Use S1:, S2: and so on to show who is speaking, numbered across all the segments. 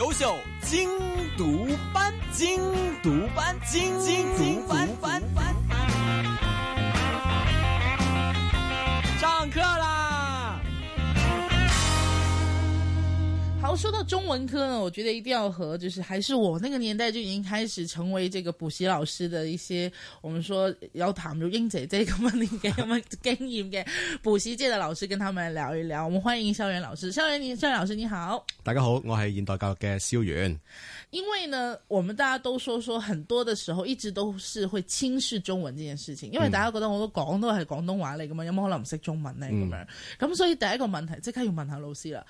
S1: 优秀精读班，精读班，精精读班班班。上课啦！
S2: 好，说到中文科呢，我觉得一定要和就是还是我那个年代就已经开始成为这个补习老师的一些，我们说有谈如英姐姐咁樣 年紀咁樣經驗 嘅補習界的老师，跟他们聊一聊。我们欢迎校园老师，校园你校园老师你好。
S3: 大家好，我係現代教育嘅蕭源。
S2: 因为呢，我们大家都说说很多的时候，一直都是会轻视中文呢件事情，因为大家覺得我都講都係廣東話嚟噶嘛，有冇可能唔識中文呢？咁、樣，咁所以第一個問題即刻要問下老師啦。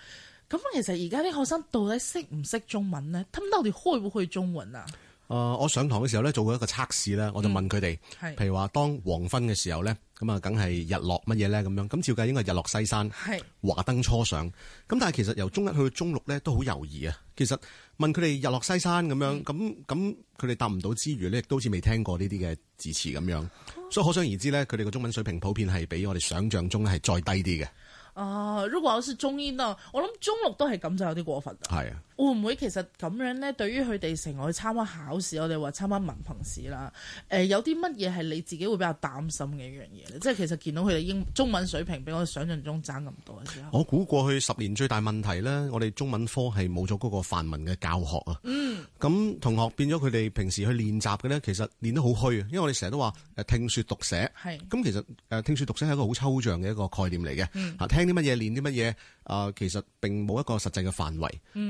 S2: 咁其實而家啲學生到底識唔識中文呢？他們到底會唔會中文啊？
S3: 诶、呃我上堂嘅時候咧做過一個測試咧，我就問佢哋，
S2: 係
S3: 譬如話當黃昏嘅時候咧，咁啊，梗係日落乜嘢咧咁樣，咁照計應該係日落西山，
S2: 係
S3: 華燈初上。咁但係其實由中一去到中六咧都好猶豫啊。其實問佢哋日落西山咁樣，咁咁佢哋答唔到之餘咧，亦都好似未聽過呢啲嘅字詞咁樣。所以可想而知咧，佢哋嘅中文水平普遍係比我哋想象中咧係再低啲嘅。
S2: 啊，如果我是中醫呢，我諗中六都係咁就有啲過分啦。
S3: 係啊。
S2: 會唔會其實咁樣呢？對於佢哋成日去參加考試，我哋話參加文憑試啦，誒、有啲乜嘢係你自己會比較擔心嘅一樣嘢咧？即係其實見到佢哋英中文水平比我想象中爭咁多嘅時候，
S3: 我估過去十年最大問題呢，我哋中文科係冇咗嗰個範文嘅教學啊。嗯，咁同學變咗佢哋平時去練習嘅呢，其實練得好虛啊，因為我哋成日都話誒聽説讀寫。
S2: 係
S3: 咁其實誒、呃、聽説讀寫係一個好抽象嘅一個概念嚟嘅，啊聽啲乜嘢練啲乜嘢，啊、其實並冇一個實際嘅範圍，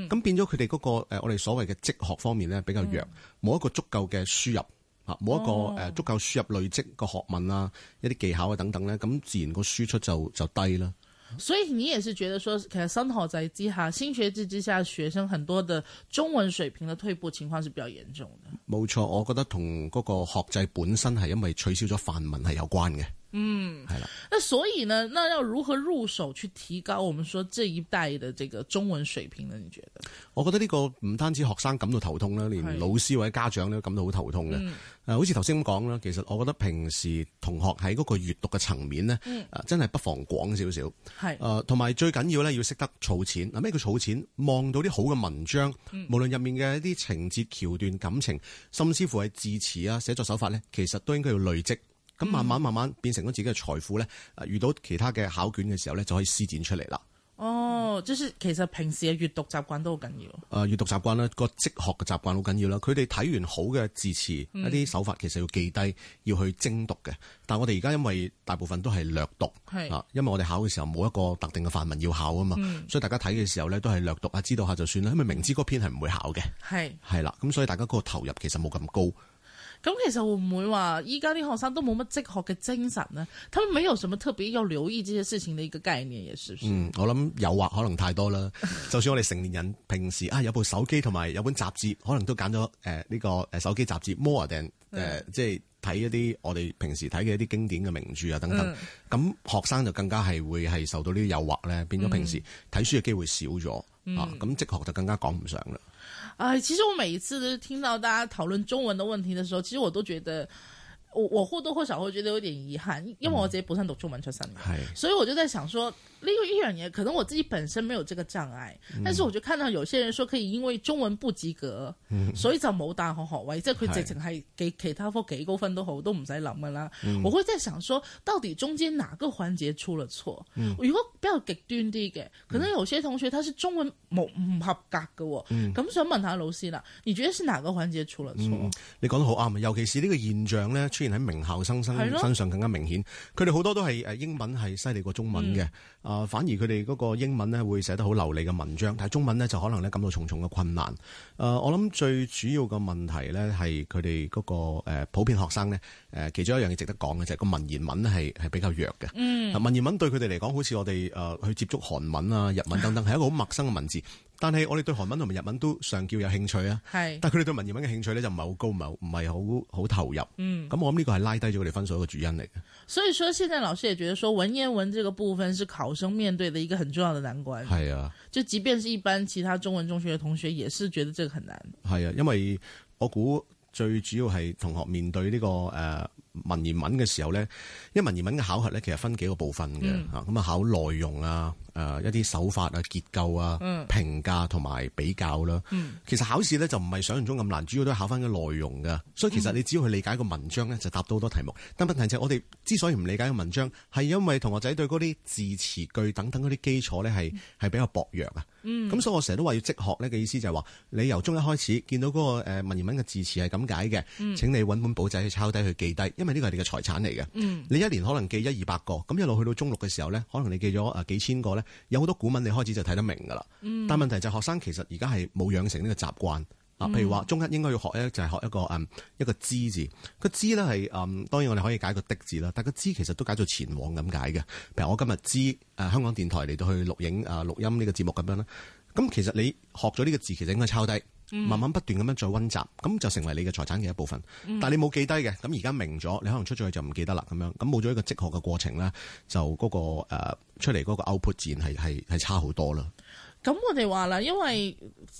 S3: 咁、變咗佢哋嗰個、呃、我哋所謂嘅職學方面咧比較弱，冇、一個足夠嘅輸入。啊，冇一個誒足夠輸入累積個學問啊，一啲技巧啊等等咧，咁自然個輸出就就低啦。
S2: 所以你也是覺得說，其實新學制之下、新學制之下，學生很多的中文水平的退步情況是比較嚴重的。
S3: 冇錯，我覺得同嗰個學制本身係因為取消咗範文係有關嘅。嗯，係啦。
S2: 那所以呢，那要如何入手去提高我们说這一代的這个中文水平呢？你覺得？
S3: 我覺得呢個唔單止學生感到頭痛啦，連
S2: 係
S3: 老師或者家長咧都感到好頭痛嘅。誒、好似頭先咁講啦，其實我覺得平時同學喺嗰個閱讀嘅層面咧，誒、真係不妨廣少少。誒，
S2: 係
S3: 呃同埋最緊要咧，要識得儲錢。嗱，咩叫儲錢？望到啲好嘅文章，無論入面嘅一啲情節、橋段、感情，甚至乎係字詞啊、寫作手法咧，其實都應該要累積。咁慢慢慢慢變成咗自己嘅財富咧，誒遇到其他嘅考卷嘅時候咧，就可以施展出嚟啦。
S2: 哦，就是其實平時嘅閱讀習慣都好緊要。
S3: 誒閱讀習慣啦，個即學嘅習慣好緊要啦。佢哋睇完好嘅字詞，一啲手法其實要記低，要去精讀嘅。但我哋而家因為大部分都係略讀，
S2: 係
S3: 啊，因為我哋考嘅時候冇一個特定嘅範文要考啊嘛，所以大家睇嘅時候咧都係略讀啊，知道下就算啦。因為明知嗰篇係唔會考嘅，
S2: 係，
S3: 係啦，咁所以大家嗰個投入其實冇咁高。
S2: 咁其實會唔會話依家啲學生都冇乜即學嘅精神呢？他們沒有什麼特別要留意這些事情的一個概念，也是不是？
S3: 嗯，我諗誘惑可能太多啦。就算我哋成年人平時啊有部手機同埋有本雜誌，可能都揀咗誒呢個誒手機雜誌 more than 誒、即係睇一啲我哋平時睇嘅一啲經典嘅名著啊等等。咁、學生就更加係會係受到呢啲誘惑咧，變咗平時睇書嘅機會少咗、啊。咁即學就更加講唔上啦。
S2: 哎，其實我每一次都是聽到大家討論中文的問題的時候，其實我都覺得，我我或多或少會覺得有點遺憾，因為我自己不是讀中文出身的，
S3: 係
S2: 所以我就在想說，利用一两年，可能我自己本身没有这个障礙，但是我就看到有些人說可以因為中文不及格，所以就冇大學學位，即係佢
S3: 係
S2: 直情係幾其他科幾高分都好，都唔使諗噶啦。我會在想說，到底中間哪個環節出了錯？如果比較極端啲嘅，可能有些同學他是中文冇唔合格嘅喎，咁、想問下老師啦，你覺得是哪個環節出了錯？
S3: 你講得好啱啊！尤其是呢個現象咧，出現喺名校生身
S2: 係咯
S3: 身上更加明顯。佢哋好多都係誒英文係犀利過中文
S2: 嗯
S3: 嘅，啊、反而佢哋嗰個英文咧會寫得好流利嘅文章，但係中文咧就可能咧感到重重嘅困難。誒、呃我諗最主要嘅問題咧係佢哋嗰個、誒普遍學生咧誒、其中一樣嘢值得講嘅就係、個文言文咧係係比較弱嘅。嗯，文言文對佢哋嚟講，好似我哋誒、呃去接觸韓文啊、日文等等，係一個好陌生嘅文字。但係我哋對韓文同埋日文都尚叫有興趣啊。
S2: 係
S3: 但佢哋對文言文嘅興趣咧就唔係好高，唔係好唔係好好投入。嗯，咁我諗呢個係拉低咗佢哋分數一個主因嚟嘅。
S2: 所以說現在老師也覺得說文言文這個部分是考生面對的一個很重要的難關。
S3: 係啊，
S2: 就即便是一般其他中文中学的同学，也是觉得这个很難。
S3: 係啊，因為我估最主要係同學面對呢、個誒、呃文言文嘅時候咧，因為文言文嘅考核咧其實分幾個部分嘅嚇，咁啊、考內容啊。誒、誒一啲手法啊、結構啊、評價同埋比較啦。其實考試咧就唔係想象中咁難，主要都係考翻嘅內容㗎。所以其實你只要去理解個文章咧，就答到好多題目。但問題就係我哋之所以唔理解個文章，係因為同學仔對嗰啲字詞句等等嗰啲基礎咧係係比較薄弱啊。咁所以我成日都話要即學咧嘅意思就係話，你由中一開始見到嗰個誒文言文嘅字詞係咁解嘅，請你揾本簿仔去抄低去記低，因為呢個係你嘅財產嚟嘅。你一年可能記一二百個，咁一路去到中六嘅時候呢，可能你記咗誒幾千個呢，有好多古文你開始就睇得明㗎啦。但問題就係學生其實而家係冇養成呢個習慣。啊，譬如話中一應該要學咧，就係學一個嗯一個知字。個知呢係嗯當然我哋可以解個的字啦，但個知其實都解做前往咁解嘅。譬如我今日知誒、呃香港電台嚟到去錄影啊、錄音呢個節目咁樣啦。咁其實你學咗呢個字，其實應該抄低，慢慢不斷咁樣再温習，咁就成為你嘅財產嘅一部分。但係你冇記低嘅，咁而家明咗，你可能出咗去就唔記得啦，咁樣咁冇咗一個積學嘅過程咧，就嗰、個、呃、出嚟嗰個 output 自然係係係差好多啦。
S2: 咁我哋話啦，因為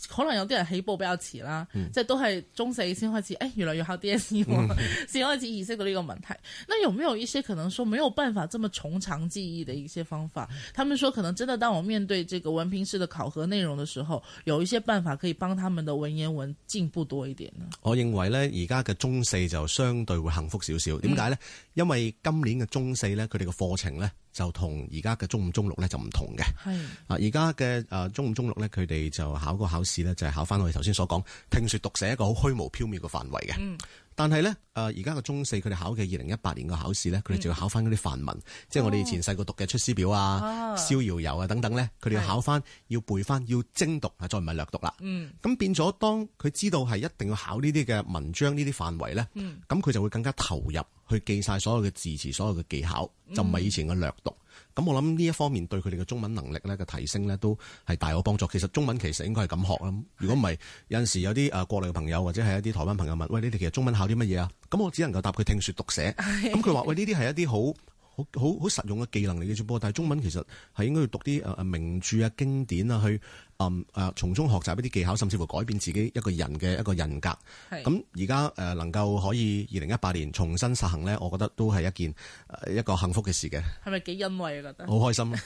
S2: 可能有啲人起步比較遲啦，即係都係中四先開始，誒、原來要考 DSE E 喎，先、開始意識到呢個問題。那有沒有一些可能說沒有辦法這麼從長計議的一些方法？他們說可能真的當我面對這個文憑試的考核內容的時候，有一些辦法可以幫他們的文言文進步多一點呢？
S3: 我認為呢，而家嘅中四就相對會幸福少少。點解呢？因為今年嘅中四呢，佢哋嘅課程呢，就同而家嘅中五、中六呢就唔同嘅。
S2: 係
S3: 啊，而家嘅誒中五、中六呢，佢哋就考個考試呢，就係考翻我哋頭先所講聽説讀寫一個好虛無縹緲嘅範圍嘅。但係呢，誒而家嘅中四佢哋考嘅二零一八年嘅考試呢，佢哋就要考翻嗰啲範文，即係我哋以前細個讀嘅《出師表》啊、《逍遙遊》啊等等呢，佢哋要考翻、要背翻、要精讀啊，再唔係略讀啦。咁變咗，當佢知道係一定要考呢啲嘅文章呢啲範圍呢，咁佢、就會更加投入去記晒所有嘅字詞、所有嘅技巧，就唔係以前嘅略讀。咁我諗呢一方面對佢哋嘅中文能力咧嘅提升咧，都係大有幫助。其實中文其實應該係咁學啦。如果唔係，有陣時有啲呃誒國內嘅朋友或者係一啲台灣朋友問：喂，你哋其實中文考啲乜嘢啊？咁我只能夠答佢聽説讀寫。 咁佢話：喂，呢啲係一啲好。好好好實用嘅技能嚟嘅啫噃，但係中文其實係應該要讀啲誒誒名著啊、經典啊，去嗯誒從中學習一啲技巧，甚至乎改變自己一個人嘅一個人格。
S2: 係
S3: 咁而家誒能夠可以二零一八年重新實行咧，我覺得都係一件誒一個幸福嘅事 嘅，
S2: 係咪幾欣慰啊？覺得？
S3: 好開心 啦。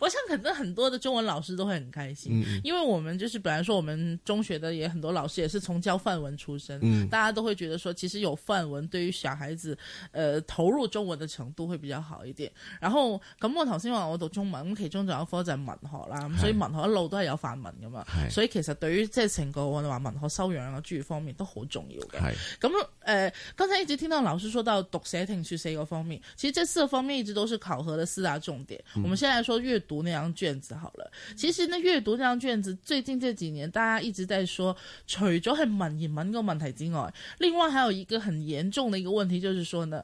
S2: 我想可能很多的中文老师都会很开心，因为我们就是本来说我们中学的也很多老师也是从教范文出身，大家都会觉得说其实有范文对于小孩子，呃，投入中文的程度会比较好一点。然後咁我頭先話我讀中文，咁其中仲有一科就係文學啦，咁所以文學一路都係有範文噶嘛，
S3: 係
S2: 所以其實對於即係成個我哋話文學修養啊諸如方面都好重要嘅。
S3: 係
S2: 咁誒、呃，剛才一直聽到老師說到讀寫聽書四個方面，其實這四個方面一直都是考核的四大重點。我們先來說閱讀那張卷子好了。其實呢，閱讀那張卷子最近這幾年大家一直在說，除咗係文言文個問題之外，另外還有一個很嚴重的一個問題，就是說呢，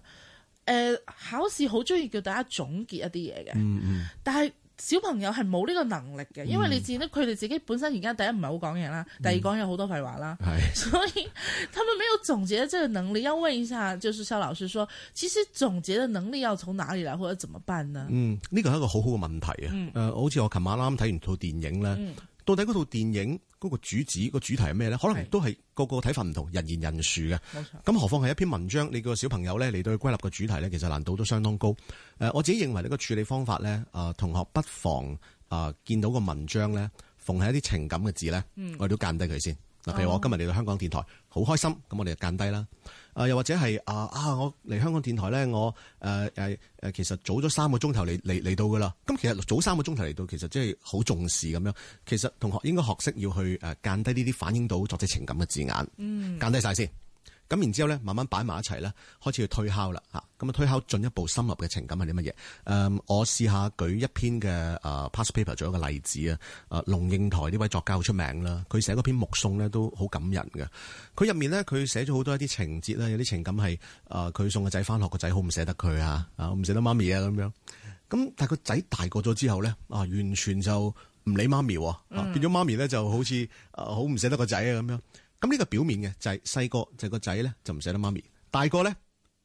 S2: 誒、考試好中意叫大家總結一啲嘢嘅，但係。小朋友係冇呢個能力嘅，因為你見得佢哋自己本身而家第一唔係好講嘢啦，第二講嘢好多廢話啦，
S3: 係。
S2: 所以他们没有总结的这个能力。要问一下，就是肖老师说，其实总结的能力要從哪里来，或者怎么办呢？
S3: 嗯，呢個係一個好好嘅問題啊。
S2: 嗯
S3: 誒、好似我琴晚啱啱睇完套電影咧，到底嗰套電影嗰個主旨、個主題係咩咧？可能
S2: 係
S3: 都係個個睇法唔同，人言人殊嘅。
S2: 冇錯
S3: 咁何況係一篇文章，你個小朋友咧嚟到去歸納個主題咧，其實難度都相當高。誒、呃我自己認為呢個處理方法咧，啊、同學不妨啊、見到個文章咧，逢係一啲情感嘅字咧，我哋都間低佢先。嗱，譬如我今日嚟到香港電台，好開心，咁我哋就間低啦。啊，又或者係啊啊，我嚟香港電台咧，我誒誒誒，其實早咗三個鐘頭嚟嚟嚟到噶啦。咁其實早三個鐘頭嚟到，其實即係好重視咁樣。其實同學應該學識要去誒間低呢啲反映到作者情感嘅字眼，嗯、間低晒先。咁然之後咧，慢慢擺埋一齊咧，開始去推敲啦嚇。咁啊，推敲進一步深入嘅情感係啲乜嘢？誒、嗯我試下舉一篇嘅誒、呃 past paper 做一個例子啊。誒、龍應台呢位作家好出名啦，佢寫嗰篇《目送》咧都好感人嘅。佢入面咧，佢寫咗好多一啲情節啦，有啲情感係誒佢送個仔翻學，個仔好唔捨得佢啊，啊唔捨得媽咪啊咁樣。咁但係個仔大個咗之後咧，啊完全就唔理媽咪喎，啊變咗媽咪咧就好似啊好唔捨得個仔啊咁樣。咁呢個表面嘅就係細個就個仔咧就唔捨得媽咪，大個咧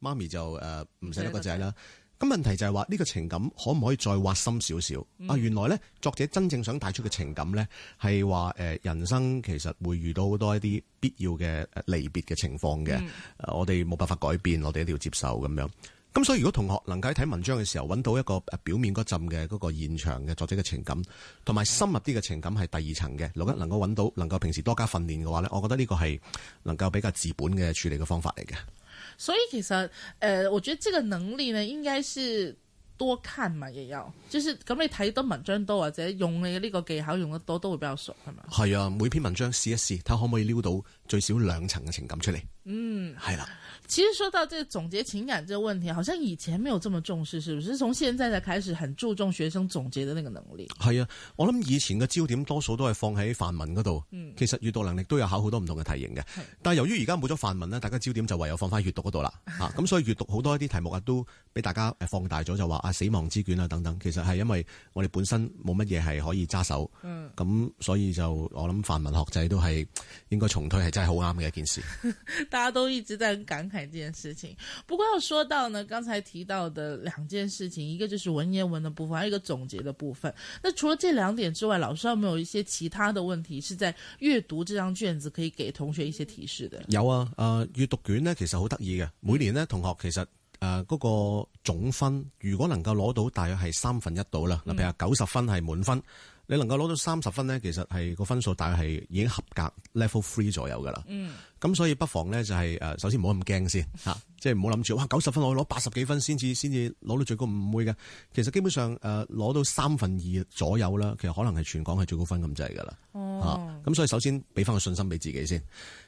S3: 媽咪就誒唔捨得個仔啦。咁問題就係話呢個情感可唔可以再挖深少少？啊，原來咧作者真正想帶出嘅情感咧係話誒人生其實會遇到好多一啲呃嗯必要嘅誒離別嘅情況嘅，誒我哋冇辦法改變，我哋一定要接受咁樣。咁所以如果同學能夠喺睇文章嘅時候揾到一個誒表面嗰陣嘅嗰個現場嘅作者嘅情感，同埋深入啲嘅情感係第二層嘅，能夠能夠揾到能夠平時多加訓練嘅話呢，我覺得呢個係能夠比較治本嘅處理嘅方法嚟嘅。
S2: 所以其實，呃，我覺得這個能力呢，應該是多看嘛，亦有，就是咁你睇多文章多，或者用你呢個技巧用得多，都會比較熟，係嘛？
S3: 係啊，每篇文章試一試，睇下可唔可以撩到最少兩層嘅情感出嚟。
S2: 嗯，
S3: 係啦，
S2: 其實說到這個總結情感這個問題，好像以前沒有這麼重視，是不是？從現在才開始很注重學生總結的那個能力。
S3: 係啊，我諗以前嘅焦點多數都係放喺範文嗰度。其實閱讀能力都有考好多唔同嘅題型嘅，但係由於而家冇咗範文咧，大家焦點就唯有放翻喺閱讀嗰度啦。嚇、咁所以閱讀好多一啲題目啊，都俾大家誒放大咗，就話啊死亡之卷啊等等。其實係因為我哋本身冇乜嘢係可以揸手，咁、所以就我諗範文學仔都係應該重推係真係好啱嘅一件事。
S2: 大家都一直在很感慨這件事情。不過要說到呢，剛才提到的兩件事情，一個就是文言文的部分，還有一個總結的部分。那除了這兩點之外，老師有沒有一些其他的問題是在閱讀這張卷子可以給同學一些提示的？
S3: 有啊，誒、呃、閱讀卷呢其實好得意嘅，每年呢，同學其呃實誒嗰、個總分，如果能夠攞到大約係三分一到啦，嗱譬如九十分係滿分，你能夠攞到三十分呢，其實係個分數大約係已經合格 level three 左右噶啦。嗯，咁所以不妨呢，就係、誒首先唔好咁驚先嚇，即係唔好諗住哇九十分我要攞八十幾分先至先至攞到最高，唔會嘅。其實基本上誒呃攞、到三分二左右啦，其實可能係全港係最高分咁滯噶啦。
S2: 哦，
S3: 啊，咁所以首先俾翻個信心俾自己先。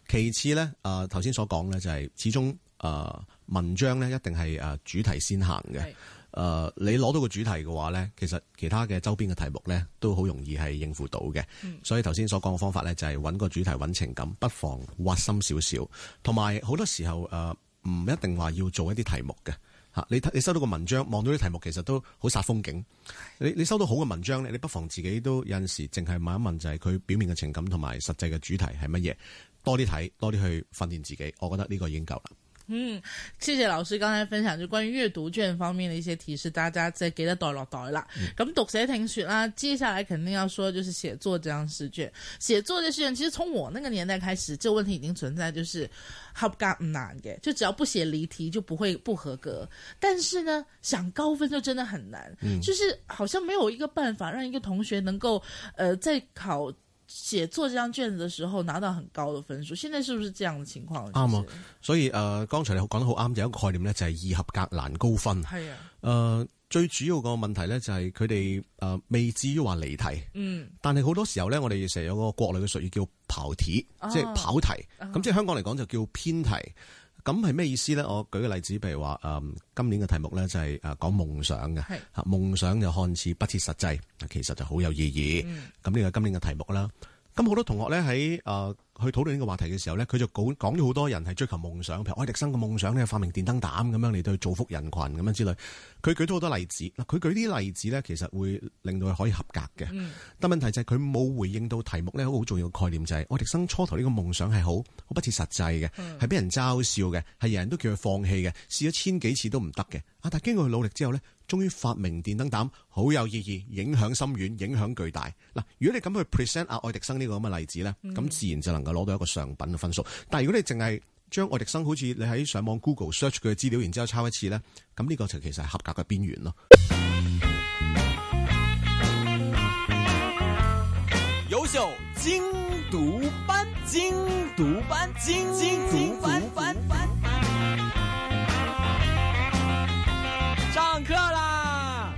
S3: 其次咧，啊頭先所講咧就係、始終啊、文章咧一定係啊主題先行嘅。
S2: 係
S3: 誒、呃你攞到個主題嘅話呢，其實其他嘅周邊嘅題目呢都好容易係應付到嘅。所以頭先所講嘅方法呢，就係揾個主題揾情感，不妨挖深少少。同埋好多時候誒，呃唔、一定話要做一啲題目嘅嚇。你睇你收到個文章，望到啲題目其實都好煞風景。你你收到好嘅文章呢，你不妨自己都有陣時淨係問一問，就係佢表面嘅情感同埋實際嘅主題係乜嘢。多啲睇，多啲去訓練自己，我覺得呢個已經夠啦。
S2: 嗯，謝謝老師剛才分享就關於閱讀卷方面的一些提示，大家即係記得袋落袋啦。
S3: 嗯
S2: 咁、讀寫聽說啦，接下來肯定要說就是寫作這張試卷。寫作這試卷其實從我那個年代開始，這個問題已經存在，就是合格唔難嘅，就只要不寫離題就不會不合格。但是呢，想高分就真的很難，
S3: 嗯
S2: 就是好像沒有一個辦法讓一個同学能夠，呃，在考。写作这张卷子的时候拿到很高的分数，现在是不是這樣的情況？
S3: 啱啊，所以誒、呃，剛才你講得好啱，有一個概念呢，就係易合格難高分。
S2: 係啊，
S3: 誒、最主要個問題咧就係佢哋誒未至於話離題，
S2: 嗯。
S3: 但係好多時候咧，我哋成日有個國內嘅術語叫跑題，
S2: 哦
S3: 即係跑題。咁、即係香港嚟講就叫偏題。咁係咩意思咧？我舉個例子，譬如話誒、呃今年嘅題目咧就係誒講夢想嘅
S2: 係
S3: 嚇，夢啊想就看似不切實際，其實就好有意義。咁呢個今年嘅題目啦。咁好多同學咧喺誒去討論呢個話題嘅時候咧，佢就講講咗好多人係追求夢想，譬如愛迪生嘅夢想咧，發明電燈膽咁樣嚟到去造福人群咁樣之類。佢舉咗好多例子，嗱佢舉啲例子咧，其實會令到佢可以合格嘅。但問題就係佢冇回應到題目呢，好重要嘅概念就係、愛迪生初頭呢個夢想係好好不切實際嘅，係俾人嘲笑嘅，係人人都叫佢放棄嘅，試咗千幾次都唔得嘅。啊！但經過佢努力之後呢，終於發明電燈膽，好有意義，影響深遠，影響巨大。嗱，如果你咁去 present 阿愛迪生呢個咁嘅例子呢，咁自然就能夠攞到一個上品嘅分數。但係如果你淨係將愛迪生好似你喺上網 Google search 佢嘅資料，然之後抄一次呢，咁呢個就其實係合格嘅邊緣咯。
S1: 优秀精读班，精读班，精精读班班班。上课啦！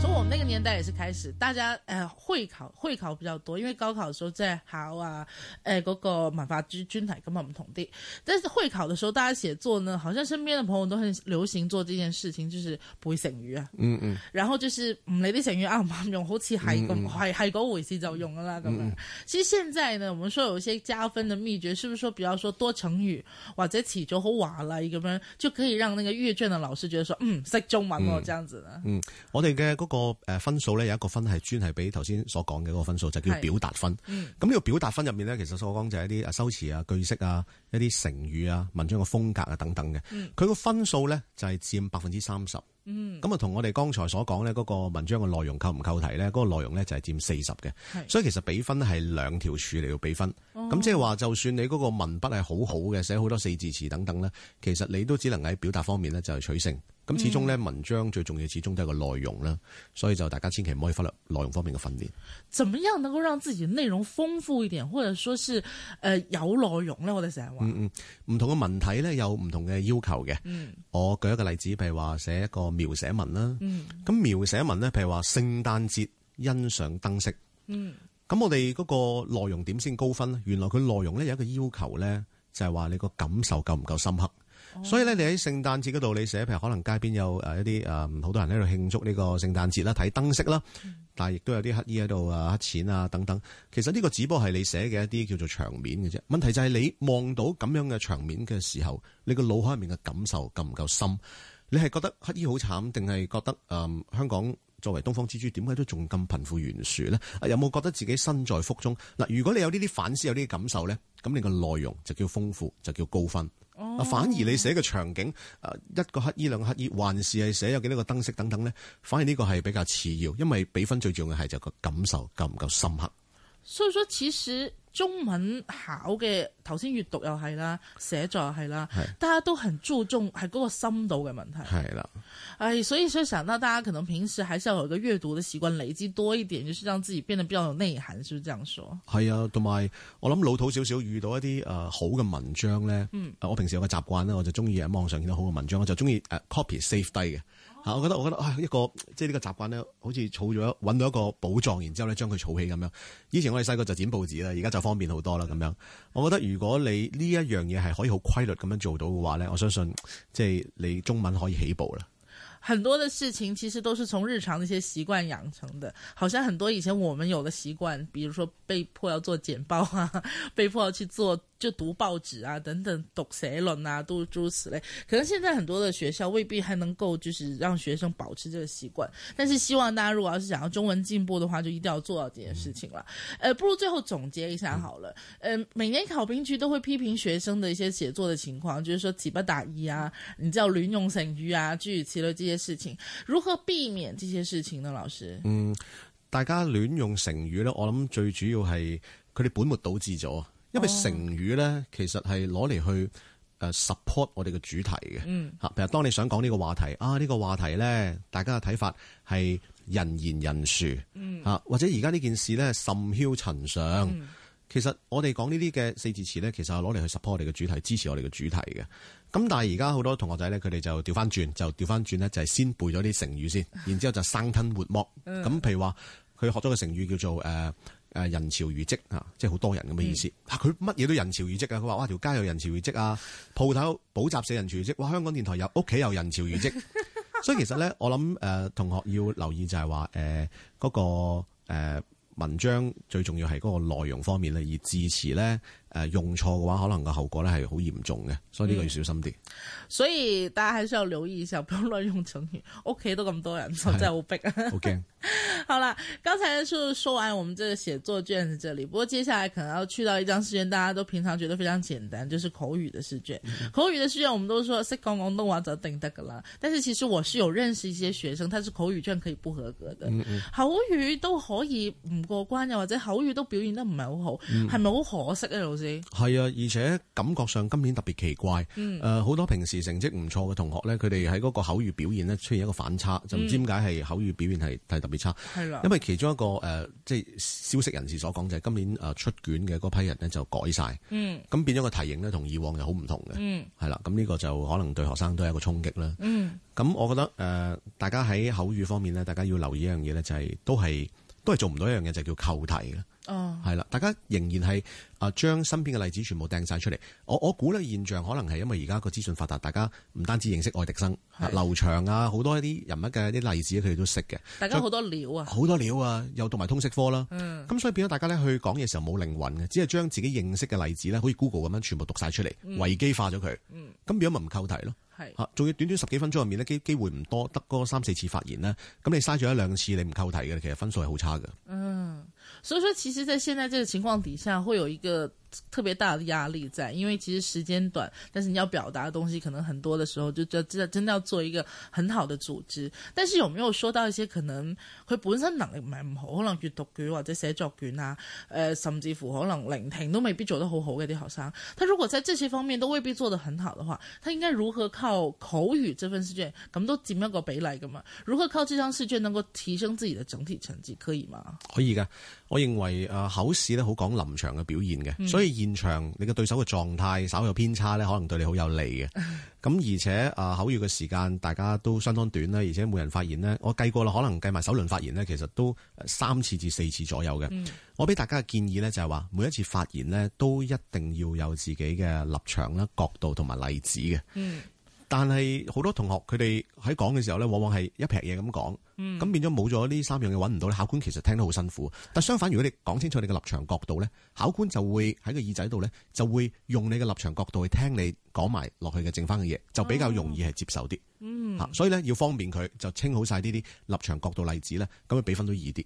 S2: 从我们那个年代也是开始，大家呃会考会考比较多，因为高考的时候在考啊，呃嗰、个文法專專題根本唔同啲。但是会考的时候，大家写作呢，好像身边的朋友都很流行做这件事情，就是背成語啊。
S3: 嗯嗯。
S2: 然後就是唔理啲成語啱唔啱用，好似係咁係係嗰回事就用噶啦咁
S3: 嗯
S2: 樣。其實現在呢，我們說有一些加分的秘訣，是不是說比方說多成語或者詞組好華麗咁樣，就可以讓那個閱卷的老師覺得說，嗯，識中文喎、這樣子呢？
S3: 嗯，我哋嘅嗰個誒分分數咧有一個分係專係俾頭先所講嘅嗰個分數，就叫
S2: 係
S3: 表達分。咁呢個表達分入面咧，其實所講就係一啲啊修辭啊、句式啊、一啲成語啊、文章嘅風格啊等等嘅。佢個、分數咧就係佔百分之三十。咁啊，同我哋剛才所講咧，嗰、個文章嘅內容扣唔扣題咧，嗰、個內容咧就係佔四十嘅，
S2: 係
S3: 所以其實比分係兩條柱嚟到比分。咁即係話，就算你嗰個文筆係好好嘅，寫好多四字詞等等咧，其實你都只能喺表達方面咧就係取勝。咁始終咧，文章最重要始終都係個內容啦，所以就大家千祈唔可以忽略內容方面嘅訓練。
S2: 怎麼樣能夠讓自己內容豐富一點，或者說是誒、呃有內容咧？我哋成日話，
S3: 唔同嘅文體咧有唔同嘅要求嘅。我舉一個例子，譬如話寫一個描寫文啦。咁描寫文咧，譬如話聖誕節欣賞燈飾。咁我哋嗰個內容點先高分咧？原來佢內容咧有一個要求咧，就係話你個感受夠唔夠深刻。所以咧，你喺聖誕節嗰度你寫，譬如可能街邊有呃誒一啲誒好多人喺度慶祝呢個聖誕節啦，睇燈飾啦，但係亦都有啲乞衣喺度啊乞錢啊等等。其實呢個只不過係你寫嘅一啲叫做場面嘅啫。問題就係你望到咁樣嘅場面嘅時候，你個腦海入面嘅感受夠唔夠深？你係覺得乞衣好慘，定係覺得誒、嗯香港作為東方之珠，點解都仲咁貧富懸殊呢？啊有冇覺得自己身在福中？嗱，如果你有呢啲反思，有呢啲感受呢，咁你個內容就叫豐富，就叫高分。啊反而你寫嘅場景，誒一個乞衣兩個乞衣，還是係寫有幾多個燈飾等等呢？反而呢個係比較次要，因為比分最重要嘅係就個感受夠唔夠深刻。
S2: 所以說其實中文考嘅頭先閱讀又係啦，寫作又係啦
S3: 係，
S2: 大家都很注重係嗰個深度嘅問題。
S3: 係啦。
S2: 哎，所以是想到大家可能平時還是要有一個閱讀的習慣，累積多一點，就是讓自己變得比較有內涵，是不是這樣說？
S3: 係啊，同埋我諗老土少少，遇到一啲誒、呃好嘅文章咧，呃我平時有個習慣咧，我就中意喺網上見到好嘅文章，我就中意誒 copy save 低嘅。嚇，我覺得我覺得啊，一個即係呢個習慣咧，好似儲咗揾到一個寶藏，然之後咧將佢儲起咁樣。以前我哋細個就剪報紙啦，而家就方便好多啦咁樣。我覺得如果你呢一樣嘢係可以好規律咁樣做到嘅話咧，我相信即係你中文可以起步啦。
S2: 很多的事情其實都是從日常的一些習慣養成的，好像很多以前我們有的習慣，比如說被迫要做簡報啊， 被迫要去做就讀報紙啊等等，讀社論啊，都諸如此類。可能現在很多的學校未必還能夠就是讓學生保持這個習慣，但是希望大家如果要是想要中文進步的話，就一定要做到這件事情了。呃，不如最後總結一下好了。呃，每年考評局都會批評學生的一些寫作的情況，就是說詞不達意啊，你知道亂用成語啊，諸如此類這些事情，如何避免這些事情呢？老師，嗯，
S3: 大家亂用成語咧，我諗最主要係佢哋本末倒置咗啊，因為成語咧其實係攞嚟去誒 support 我哋嘅主題嘅，嚇、譬如當你想講呢個話題啊，呢、個話題咧，大家嘅睇法係人言人殊，嚇、或者而家呢件事咧甚囂塵上。其實我哋講呢啲嘅四字詞咧，其實係攞嚟去 support 我哋嘅主題，支持我哋嘅主題嘅。咁但係而家好多同學仔咧，佢哋就調翻轉，就調翻轉咧，就係先背咗啲成語先，然之後就生吞活剝。咁譬如話，佢學咗個成語叫做誒。呃誒人潮如織啊，即係好多人咁嘅意思。啊佢乜嘢都人潮如織啊！佢話哇條街有人潮如織啊，鋪頭補習社人潮如織，哇香港電台有屋企有人潮如織。所以其實咧，我諗誒、呃同學要留意就係話誒嗰個、呃、文章最重要係嗰個內容方面咧，而字詞咧誒用錯嘅話，可能個後果咧係好嚴重嘅，所以呢個要小心啲。
S2: 所以大家還是要留意一下，不要亂用成語。屋企都咁多人，真係好逼啊！
S3: 好驚、
S2: 好了，剛才是說完我們這個寫作卷子這裡，不過接下來可能要去到一張試卷，大家都平常覺得非常簡單，就是口語的試卷。口語的試卷我們都說識講廣東話就定得噶啦，但是其實我是有認識一些學生，他是口語卷可以不合格的，口語都可以嗯唔過關，又或者口語都表現得唔係好好，係咪好可惜啊，老師？
S3: 係啊，而且感覺上今年特別奇怪，呃誒好、多平時成績唔錯嘅同學咧，佢哋喺嗰個口語表現咧出現一個反差，就唔知點解係口語表現係係特別差。
S2: 係啦
S3: 因，為其中一個誒、呃即係消息人士所講就係今年誒、呃出卷嘅嗰批人咧就改晒，
S2: 嗯，
S3: 咁變咗個題型咧同以往就好唔同嘅，嗯，係啦，咁呢個就可能對學生都係一個衝擊啦，嗯，咁我覺得誒、呃大家喺口語方面咧，大家要留意一樣嘢咧，就係、都係都係做唔到一樣嘢就叫扣題啦。
S2: 哦，
S3: 係啦，大家仍然係啊將身邊嘅例子全部掟晒出嚟。我我估呢個現象可能係因為而家個資訊發達，大家唔單止認識愛迪生、啊
S2: 係
S3: 劉翔啊，好多一啲人物嘅一啲例子，佢哋都識嘅。
S2: 大家好多料啊，
S3: 好多料啊，又讀埋通識科啦。咁、所以變咗大家咧去講嘢時候冇靈魂嘅，只係將自己認識嘅例子咧，好似 Google 咁樣全部讀晒出嚟，維基化咗佢。咁變咗咪唔扣題咯。
S2: 係
S3: 嚇，仲要短短十幾分鐘入面呢，機機會唔多，得嗰三四次發言呢。咁你嘥咗一兩次，你唔扣題嘅，其實分數係好差嘅。
S2: 所以说，其实，在现在这个情况底下，会有一个特别大的压力在，因为其实时间短，但是你要表达的东西可能很多的时候，就真真真的要做一个很好的组织。但是有没有说到一些可能佢本身能力唔係唔好，可能閱讀卷或者寫作卷啊，誒、甚至乎可能聆聽都未必做得好好嘅啲學生，他如果在這些方面都未必做得很好的話，他應該如何靠口語這份試卷咁都佔一個比例噶嘛？如何靠這張試卷能夠提升自己的整體成績，可以嗎？
S3: 可以嘅，我認為誒、呃考試咧好講臨場嘅表現嘅，所以現場你嘅對手嘅狀態稍有偏差咧，可能對你好有利嘅。咁而且誒、呃口語嘅時間大家都相當短啦，而且每人發言呢，我計過啦，可能計埋首輪發言呢，其實都呃三次至四次左右嘅。我俾大家嘅建議呢，就係話，每一次發言呢，都一定要有自己嘅立場啦、角度同埋例子嘅。但係好多同學佢哋喺講嘅時候咧，往往係一劈嘢咁講，咁、變咗冇咗呢三樣嘢揾唔到咧，考官其實聽得好辛苦。但相反，如果你講清楚你嘅立場角度咧，考官就會喺個耳仔度咧，就會用你嘅立場角度去聽你講埋落去嘅剩翻嘅嘢，就比較容易係接受啲。嗯，所以咧要方便佢就清好晒呢啲立場角度例子咧，咁佢啊俾分都易啲。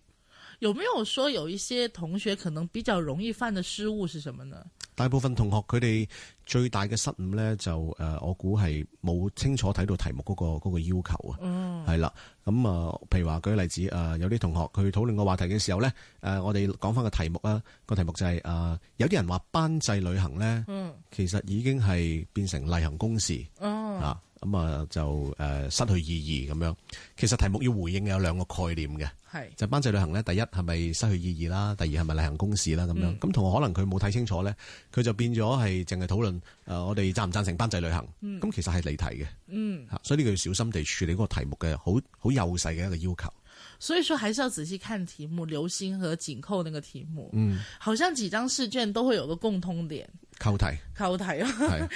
S2: 有没有说有一些同学可能比较容易犯的失误是什么呢？
S3: 大部分同學佢哋最大嘅失誤咧，就誒、呃我估係冇清楚睇到題目嗰、個嗰個要求啊。嗯，係啦。咁啊、呃譬如話舉例子誒、呃有啲同學佢討論個話題嘅時候咧，誒、呃我哋講翻個題目啊，個題目就係、呃有啲人話班制旅行咧，嗯、其實已經係變成例行公事。啊，咁啊就誒、呃失去意義咁樣。其實題目要回應有兩個概念嘅。
S2: 系
S3: 就班際旅行咧，第一係咪失去意義啦？第二係咪例行公事啦？咁樣咁同學可能佢冇睇清楚咧，佢就變咗係淨係討論誒、呃我哋贊唔贊成班際旅行？咁、其實係離題嘅，嗯，所以呢個要小心地處理嗰個題目嘅好好幼細嘅一個要求。
S2: 所以说还是要仔细看题目，留心和紧扣那个题目。嗯，好像几张试卷都会有个共通点，
S3: 扣題
S2: 扣题啊。
S3: 係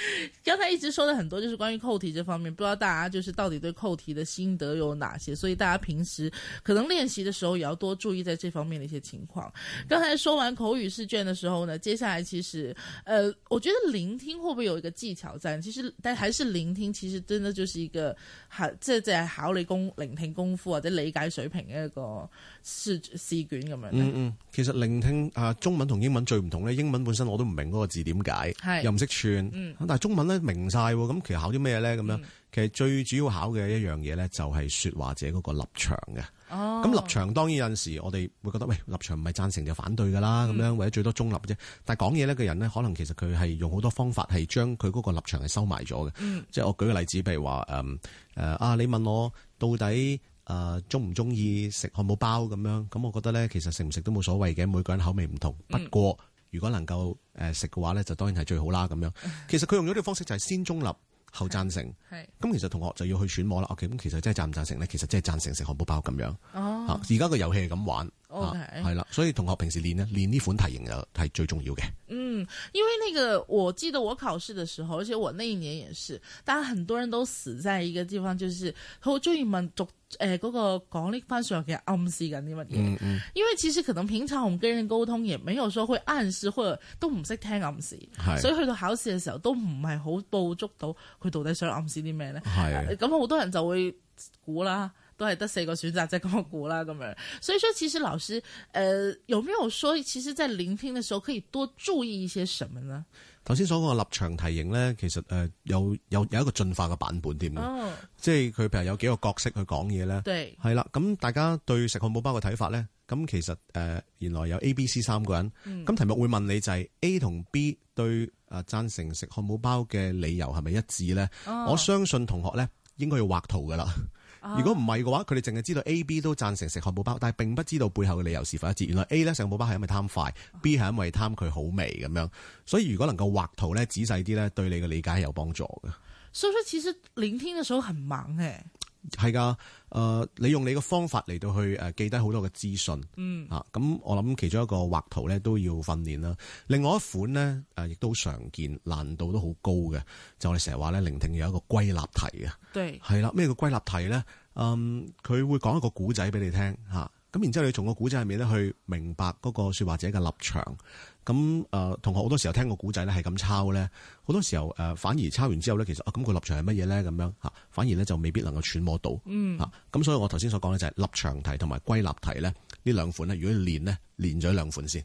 S2: 刚才一直说的很多就是关于扣题这方面，不知道大家就是到底对扣题的心得有哪些，所以大家平时可能练习的时候也要多注意在这方面的一些情况。刚才说完口语试卷的时候呢，接下来其实呃，我觉得聆听会不会有一个技巧在？其实但还是聆听，其实真的就是一个考，即系即系考你功聆听功夫或者理解水平嘅一个试试卷咁样呢。
S3: 嗯嗯，其實聆聽啊、中文同英文最唔同咧，英文本身我都唔明嗰個字點
S2: 係
S3: 解，又唔識串，但係中文咧明晒喎，咁其實考啲咩咧？咁樣、其實最主要考嘅一樣嘢咧，就係説話者嗰個立場嘅。咁、立場當然有陣時我哋會覺得喂立場唔係贊成就反對㗎啦，咁樣或者最多中立啫。但係講嘢呢個人呢，可能其實佢係用好多方法係將佢嗰個立場係收埋咗嘅。即係我舉個例子，譬如話誒誒啊，你問我到底。誒中唔中意食漢堡包咁樣，咁我覺得呢，其實食唔食都冇所謂嘅，每個人口味唔同。
S2: 嗯
S3: 不過如果能夠誒食嘅話呢，就當然係最好啦咁 樣。其實佢用咗呢個方式就係先中立後贊成。
S2: 系
S3: 咁其實同學就要去揣摩啦。OK，咁其實真係贊唔贊成咧？其實真係贊成食漢堡包咁樣。哦，而家個遊戲係咁玩。
S2: OK
S3: 啊係啦，所以同學平時練咧，練呢款題型就係最重要嘅。
S2: 因为那个，我记得我考试的时候，而且我那一年也是，大家很多人都死在一个地方，就是好中意問讀誒呃嗰個講呢番上嘅暗示緊啲乜嘢。因為其實可能平常我們跟人溝通，也沒有說會暗示，或者都唔識聽暗示，
S3: 係
S2: 所以去到考試嘅時候都唔係好捕捉到佢到底想暗示啲咩呢。
S3: 係
S2: 咁好多人就會估啦，都係得四個選擇啫，咁我估啦咁樣。所以說，其實老師，呃，有沒有說，其實，在聆聽的時候可以多注意一些什麼呢？
S3: 頭先所講嘅立場題型咧，其實誒有有有一個進化嘅版本添嘅，
S2: 哦，
S3: 即係佢譬如有幾個角色去講嘢咧。
S2: 對，
S3: 係啦，咁大家對食漢堡包嘅睇法咧，咁其實誒、呃原來有 A、B、C 三個人，咁、題目會問你就係 A 同 B 對誒贊成食漢堡包嘅理由係咪一致咧？我相信同學咧應該要畫圖噶啦。 如果唔係嘅話，佢哋淨係知道 A、B 都贊成食漢堡包，但係並不知道背後嘅理由是否一致。原來 A 咧食漢堡包係因為貪快，B 係因為貪佢好味咁樣。所以如果能夠畫圖咧仔細啲咧，對你嘅理解係有幫助嘅。
S2: 所以說其實聆聽的時候很忙誒。
S3: 係噶，誒、你用你嘅方法嚟到去誒呃記低好多嘅資訊，嗯啊，咁我諗其中一個畫圖咧都要訓練啦。另外一款咧誒，亦都好常見，難度都好高嘅，就我哋成日話咧，聆聽有一個歸納題嘅，啊
S2: 對，
S3: 係啦，咩叫歸納題咧？嗯，佢會講一個古仔俾你聽嚇，咁然之後你從個古仔入面咧去明白嗰個説話者嘅立場。咁誒、呃同學好多時候聽個古仔咧係咁抄咧，好多時候誒、呃反而抄完之後咧，其實啊咁個立場係乜嘢咧咁樣嚇，反而咧就未必能夠揣摩到嚇。咁、所以我頭先所講咧就係立場題同埋歸納題咧呢兩款咧，如果你練咧練咗兩款先。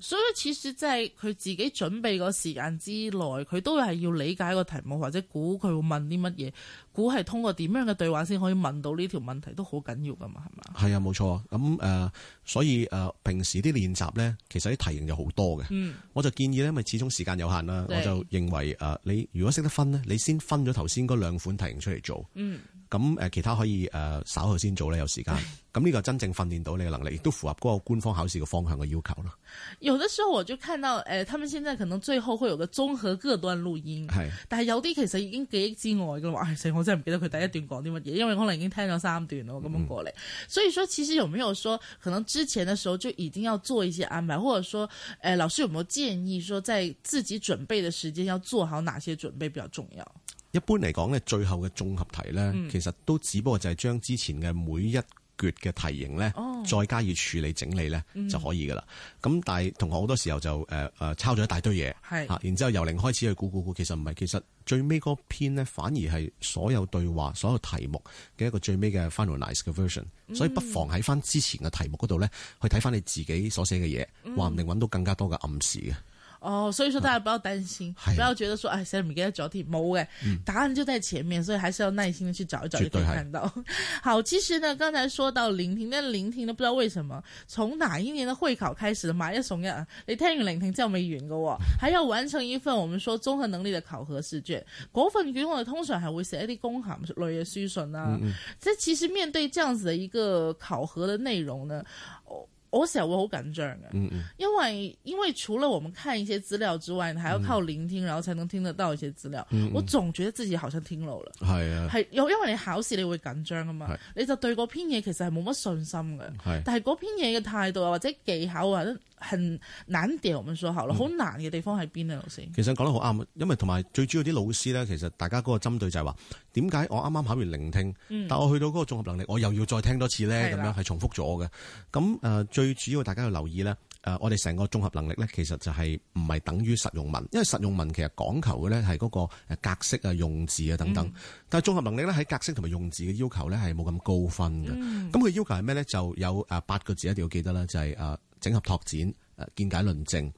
S2: 所以其實即係佢自己準備個時間之內，佢都係要理解個題目或者估佢會問啲乜嘢，估係通過點樣嘅對話先可以問到呢條問題，都好緊要噶嘛，係嘛？
S3: 係啊，冇錯啊。咁誒、呃所以誒、呃平時啲練習咧，其實啲題型就好多嘅。
S2: 嗯，
S3: 我就建議咧，因為始終時間有限啦，
S2: 對
S3: 我就認為誒、呃你如果識得分咧，你先分咗頭先嗰兩款題型出嚟做。
S2: 嗯。
S3: 咁誒、呃其他可以誒、呃稍後先做咧，有時間。咁呢個真正訓練到你嘅能力，亦都符合嗰個官方考試嘅方向嘅要求啦。
S2: 有的時候我就看到，誒、呃他們現在可能最後會有個綜合各段錄音，
S3: 係
S2: 但係有啲其實已經記憶之外噶啦，唉、死我真係唔記得佢第一段講啲乜嘢，因為可能已經聽咗三段咯，
S3: 嗯
S2: 咁樣過嚟。所以說，其實有沒有說，可能之前的時候就已經要做一些安排，或者說，誒、老師有沒有建議說，在自己準備的時間要做好哪些準備比較重要？
S3: 一般嚟講咧，最後嘅綜合題咧，
S2: 嗯
S3: 其實都只不過就係將之前嘅每一橛嘅題型咧，
S2: 哦嗯
S3: 再加以處理整理咧、就可以噶啦。咁但係同學好多時候就誒誒、呃抄咗一大堆嘢，
S2: 係
S3: 嚇然之後由零開始去估估估，其實唔係，其實最尾嗰篇咧反而係所有對話、所有題目嘅一個最尾嘅 finalize 嘅 version，、所
S2: 嗯
S3: 以不妨喺翻之前嘅題目嗰度咧，去睇翻你自己所寫嘅
S2: 嗯
S3: 嘢，話唔定揾到更加多嘅暗示嘅。
S2: 哦，所以說大家不要擔心，
S3: 係啊嗯
S2: 不要覺得說，哎，誰唔記得咗題冇嘅，答案就在前面，所以還是要耐心的去找一找，
S3: 絕
S2: 就可
S3: 對
S2: 以
S3: 係
S2: 看到。好，其實呢，剛才說到聆聽，但聆聽呢，不知道為什麼，從哪一年的會考開始，買一送一啊，你聽完聆聽之後未完嘅喎，還要完成一份我們說綜合能力嘅考核試卷。嗰份卷我哋通常係會寫一啲公函類嘅書信啦、啊。即係其實面對這樣子嘅一個考核嘅內容呢，我我成日會好緊張嘅。因為因為除了我们看一些資料之外，你還要靠聆聽，然後才能聽得到一些資料。我總覺得自己好像聽漏了，
S3: 係啊，
S2: 係有因為你考試你會緊張啊嘛
S3: 係，嗯
S2: 你就對嗰篇嘢其實係冇乜信心嘅。
S3: 係
S2: 但係嗰篇嘢嘅態度啊，或者技巧啊，都很難點，我們說
S3: 嗯
S2: 好了，好難嘅地方喺邊啊，老師？
S3: 其實講得好啱，因為同埋最主要啲老師咧，其實大家嗰個針對就係話，點解我啱啱考完聆聽，但我去到嗰個綜合能力，我又要再聽多次咧，
S2: 嗯係
S3: 咁
S2: 啦
S3: 樣係重複咗嘅。咁誒、呃最主要大家要留意咧，誒、呃我哋成個綜合能力咧，其實就係唔係等於實用文，因為實用文其實講求嘅咧係嗰個誒格式啊、用字啊等
S2: 嗯
S3: 等，但係綜合能力咧喺格式同埋用字嘅要求咧係冇咁高分嘅。
S2: 嗯
S3: 咁佢、要求係咩咧？就有誒八個字一定要記得啦，就係、誒整合拓展、誒呃見解論證。咁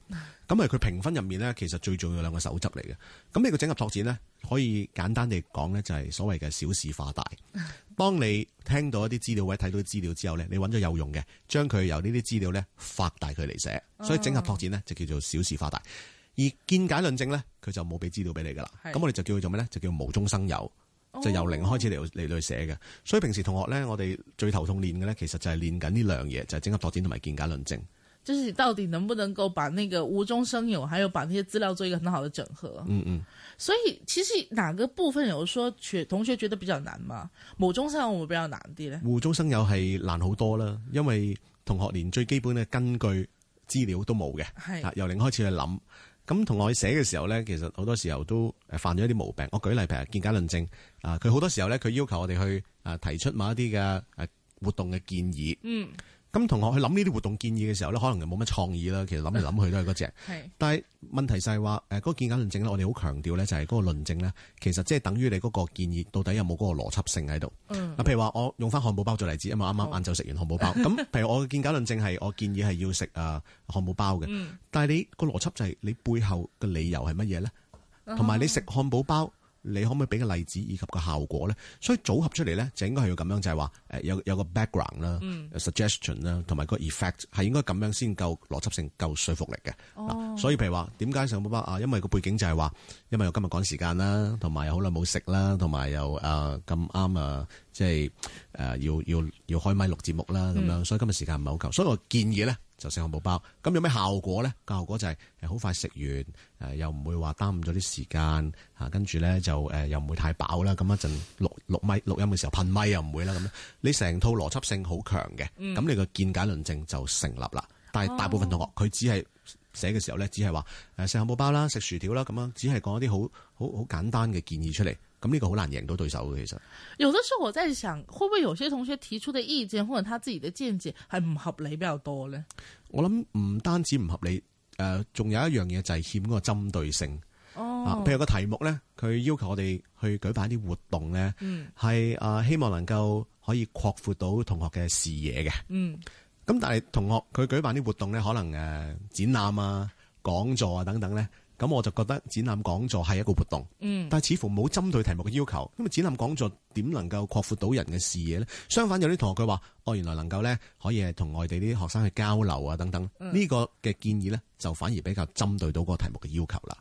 S3: 呃係佢評分入面咧，其實最重要兩個守則嚟嘅。咁你個整合拓展咧，可以簡單地講咧，就係所謂嘅小事化大。當你聽到一啲資料或者睇到啲資料之後咧，你揾咗有用嘅，將佢由呢啲資料咧發大佢嚟寫。所以整合拓展咧就叫做小事化大。而見解論證咧，佢就冇俾資料俾你噶啦。
S2: 係哦
S3: 咁我哋就叫佢做咩咧？就叫無中生有。就由零開始嚟嚟到去寫嘅，所以平時同學咧，我哋最頭痛練嘅咧，其實就係練緊呢兩嘢，就係、整合拓展同埋見解論證。
S2: 就是你到底能不能夠把那個無中生有，還有把那些資料做一個很好的整合。嗯嗯。所以其實哪個部分有說學同學覺得比較難嗎？某中上我們比較難啲呢？
S3: 互中生有係難好多啦，因為同學連最基本嘅根據資料都冇嘅，
S2: 係
S3: 啊由零開始去諗。咁同學去寫嘅時候咧，其實好多時候都誒犯咗一啲毛病。我舉例譬如見解論證，啊佢好多時候咧，佢要求我哋去啊提出某一啲嘅誒活動嘅建議。
S2: 嗯，
S3: 咁同學去諗呢啲活動建議嘅時候咧，可能就冇乜創意啦。其實諗嚟諗去都係嗰只。
S2: 係
S3: 但係問題就係話，誒、呃嗰個見解論證咧，我哋好強調咧，就係嗰個論證咧，其實即係等於你嗰個建議到底有冇嗰個邏輯性喺度。
S2: 嗯
S3: 嗱，譬如話我用翻漢堡包做例子，因啊為我啱啱晏晝食完漢堡包，咁譬如我嘅見解論證係我建議係要食啊漢堡包嘅，但係你個邏輯就係你背後嘅理由係乜嘢咧？同埋你食漢堡包，你可唔可以俾個例子以及個效果咧？所以組合出嚟咧，就應該係要咁樣，就係話誒有有個 background 啦、suggestion 啦，同埋個 effect 係應該咁樣先夠邏輯性、夠說服力嘅。嗱所以譬如話點解食漢堡包啊？因為個背景就係話，因為我今日趕時間啦，同埋又好耐冇食啦，同埋又誒咁啱啊，即係誒、呃要要要開咪錄節目啦咁樣，所以今日時間唔係好夠，所以我建議咧。就食漢堡包。咁有咩效果咧？個效果就係誒好快食完，誒、又唔會話耽誤咗啲時間嚇，跟住咧就誒、呃又唔會太飽啦。咁啊一陣錄錄咪錄音嘅時候噴咪又唔會啦。咁樣你成套邏輯性好強嘅，咁、你個見解論證就成立啦。但係大部分同學佢只係寫呃啊嘅時候咧，只係話誒食漢堡包啦、食薯條啦咁樣，只係講一啲好好好簡單嘅建議出嚟。咁呢個好難贏到對手嘅，其實
S2: 有的时候我在想，会不会有些同学提出的意见或者他自己的见解系唔合理比较多呢？
S3: 我諗唔單止唔合理，誒、仲有一樣嘢就係欠嗰個針對性。啊，
S2: 哦
S3: 譬，如個題目咧，佢要求我哋去舉辦一啲活動咧，
S2: 嗯
S3: 係啊、希望能夠可以擴闊到同學嘅視野嘅。
S2: 嗯
S3: 咁但係同學佢舉辦啲活動咧，可能誒、展覽啊、講座啊等等咧，咁我就覺得展覽講座係一個活動，
S2: 嗯，
S3: 但係似乎冇針對題目嘅要求。咁啊，展覽講座點能夠擴闊到人嘅視野咧？相反有啲同學佢話：哦，原來能夠咧可以係同外地啲學生去交流啊等等。呢、個嘅建議咧，就反而比較針對到嗰個題目嘅要求啦。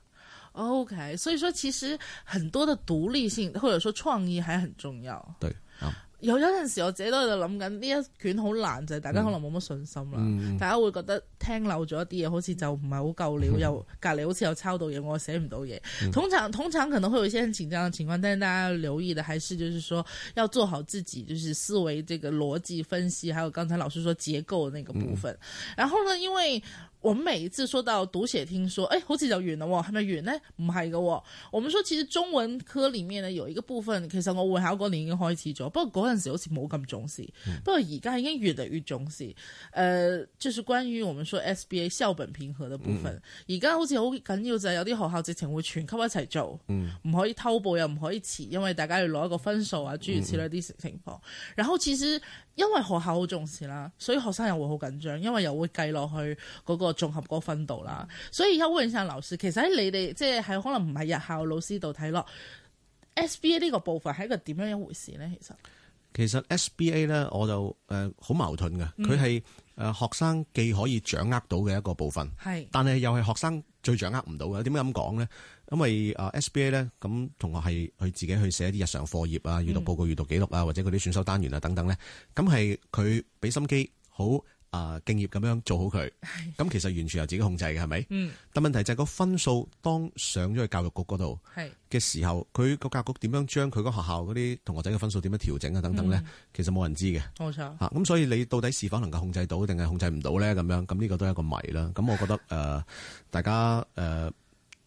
S2: OK，所以说其实很多的独立性或者说创意还很重要。
S3: 對，啱。
S2: 有有陣時我自己都喺度諗緊，呢一卷好難就係大家可能冇乜信心啦，大家會覺得聽漏咗一啲嘢，好似就唔係好夠料，又隔離好似又抄到嘢，我寫唔到嘢。通常通常可能會有一些很緊張的情況，但是大家要留意的還是就是說要做好自己，就是思維这個邏輯分析，還有剛才老師說結構的那個部分。然後呢，因為我們每一次說到讀寫聽說，哎，好似就完啦喎，係咪完呢？唔係嘅喎。哦我們說其實中文科裡面呢有一個部分，其實我會考嗰年已經開始咗，不過嗰陣時好似冇咁重視，不過而家已經越嚟越重視。誒、就是關於我們說 SBA 校本評核嘅部分，而家、好似好緊要就係有啲學校直情會全級一齊做，唔、可以偷步又唔可以遲，因為大家要攞一個分數啊，諸如此類啲情況。然後其實因為學校好重視啦，所以學生又會好緊張，因為又會計落去嗰個綜合嗰個分度啦。所以而家烏永山老師，其實喺你哋即係係可能唔係日校老師度睇落 SBA 呢個部分係一個點樣一回事呢？其實，
S3: 其實 SBA 咧，我就誒好矛盾嘅，佢係誒學生既可以掌握到嘅一個部分，
S2: 係
S3: 但係又係學生最掌握唔到嘅。點解咁講咧？因為啊誒 SBA 咧，咁同學係佢自己去寫啲日常課業啊、閱讀報告、閱讀記錄啊，或者嗰啲選修單元啊等等咧，咁係佢俾心機好。啊，敬業咁樣做好佢，咁其實完全由自己控制嘅，係咪？
S2: 嗯，
S3: 但問題就係個分數當上咗去教育局嗰度，
S2: 係
S3: 嘅時候，佢個教育局點樣將佢嗰學校嗰啲同學仔嘅分數點樣調整啊等等咧，其實冇人知嘅
S2: 冇錯。
S3: 嚇。啊咁、所以你到底是否能夠控制到，定係控制唔到咧？咁樣咁呢個都係一個謎啦。咁我覺得誒、呃大家誒、呃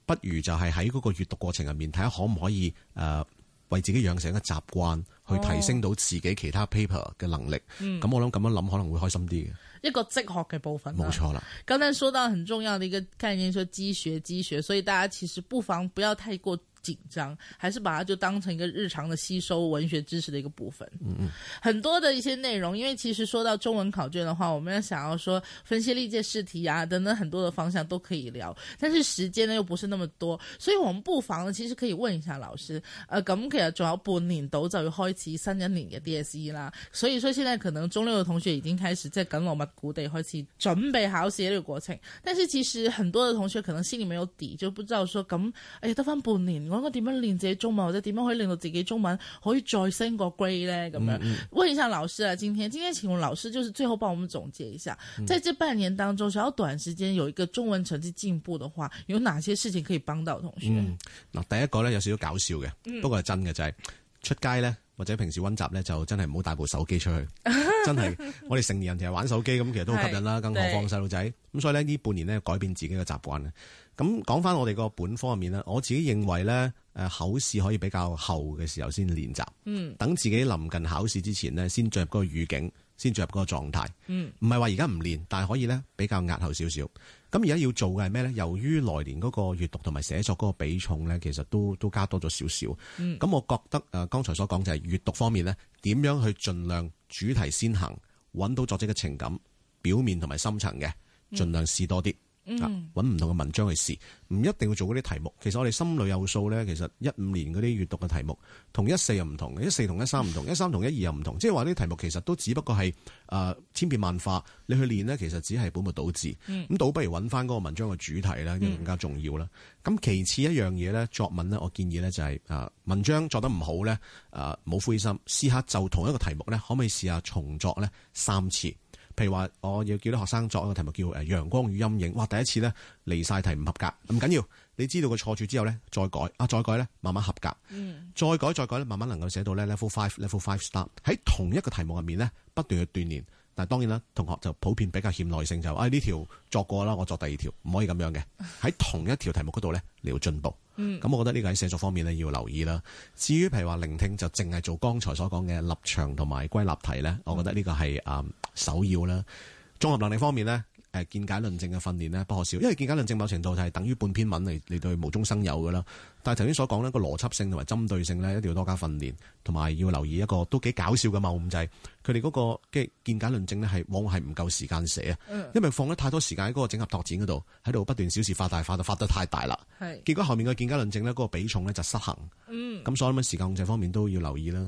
S3: 不如就係喺嗰個閱讀過程入面睇下可唔可以誒、呃為自己養成一個習慣，去提升到自己其他 paper 嘅能力。咁、我諗咁樣諗可能會開心啲嘅，
S2: 一個職學嘅部分啦
S3: 冇。錯啦。
S2: 剛才說到很重要的一個概念，說積學積學，所以大家其實不妨不要太過紧张，还是把它就当成一个日常的吸收文学知识的一个部分。嗯嗯，很多的一些内容，因为其实说到中文考卷的话，我们要想要说分析历届试题啊等等很多的方向都可以聊，但是时间呢又不是那么多，所以我们不妨呢其實可以問一下老師，呃，咁其實仲有半年到就要開始新一年嘅 DSE 啦，所以說現在可能中六嘅同學已經開始即係緊鑼密鼓地開始準備考試呢個過程，但是其實很多嘅同學可能心裡沒有底，就不知道說咁，哎呀得翻半年，我應該點樣練自己中文，或者點樣可以令到自己中文可以再升個 grade 呢？咁樣、問一下老師啊，今天今天請我老師就是最後幫我們總結一下，在這半年當中，想要短時間有一個中文成績進步的話，有哪些事情可以幫到同學？
S3: 嗯，嗱，第一個咧有少少搞笑嘅，不過係真嘅就係、出街咧。或者平時温習咧，就真係唔好帶部手機出 去，真係我哋成年人其實玩手機咁，其實都好吸引啦，
S2: 係
S3: 更何況
S2: 對
S3: 細路仔。咁所以咧呢半年咧改變自己嘅習慣嘅。咁講翻我哋個本科入面咧，我自己認為咧，誒口試可以比較後嘅時候先練習，嗯，等自己臨近考試之前咧，先進入嗰個語境，先進入嗰個狀態，嗯，唔係話而家唔練，但係可以咧比較壓後少少。咁而家要做嘅係咩咧？由於來年嗰個閱讀同埋寫作嗰個比重咧，其實都都加多咗少少。咁、我覺得誒、呃，剛才所講就係閱讀方面咧，點樣去盡量主題先行，揾到作者嘅情感、表面同埋深層嘅，盡量試多啲。啊揾唔同嘅文章去試，唔一定要做嗰啲題目。其實我哋心裏有數咧，其實一五年嗰啲閱讀嘅題目同一四又唔同嘅，一四同一三唔同，一三同一二又唔同。即係話呢啲題目其實都只不過係誒、呃千變萬化，你去練呢，其實只係本末倒置。咁、倒不如揾翻嗰個文章嘅主題啦，更加重要啦。咁其次一樣嘢咧，作文咧，我建議咧就係、呃文章作得唔好咧，誒冇灰心，試下就同一個題目咧，可唔可以試下重作咧三次？譬如話，我要叫啲學生作一個題目叫誒陽光與陰影，哇！第一次咧離晒題唔合格，唔緊要，你知道個錯處之後咧，再改啊，再改咧，慢慢合格，再改再改咧，慢慢能夠寫到咧 level five level five star 喺同一個題目入面咧不斷去鍛鍊。但係當然啦，同學就普遍比較欠耐哎性，就啊呢條作過啦，我作第二條，唔可以咁樣嘅。喺同一條題目嗰度咧，你要進步。咁我覺得呢個喺寫作方面咧要留意啦。至於譬如話聆聽就淨係做剛才所講嘅立場同埋歸納題咧，我覺得呢個係誒首要啦。綜合能力方面咧。誒見解論證嘅訓練咧不可少，因為見解論證某程度就係等於半篇文嚟嚟對無中生有㗎啦。但係頭先所講呢個邏輯性同埋針對性咧一定要多加訓練，同埋要留意一個都幾搞笑嘅謬誤就係佢哋嗰個嘅見解論證咧係往往係唔夠時間寫啊，因為放咗太多時間喺嗰個整合拓展嗰度，喺度不斷小事化大化到發得太大啦，
S2: 係。
S3: 結果後面嘅見解論證咧嗰個比重咧就失衡。咁所以咁樣時間控制方面都要留意啦。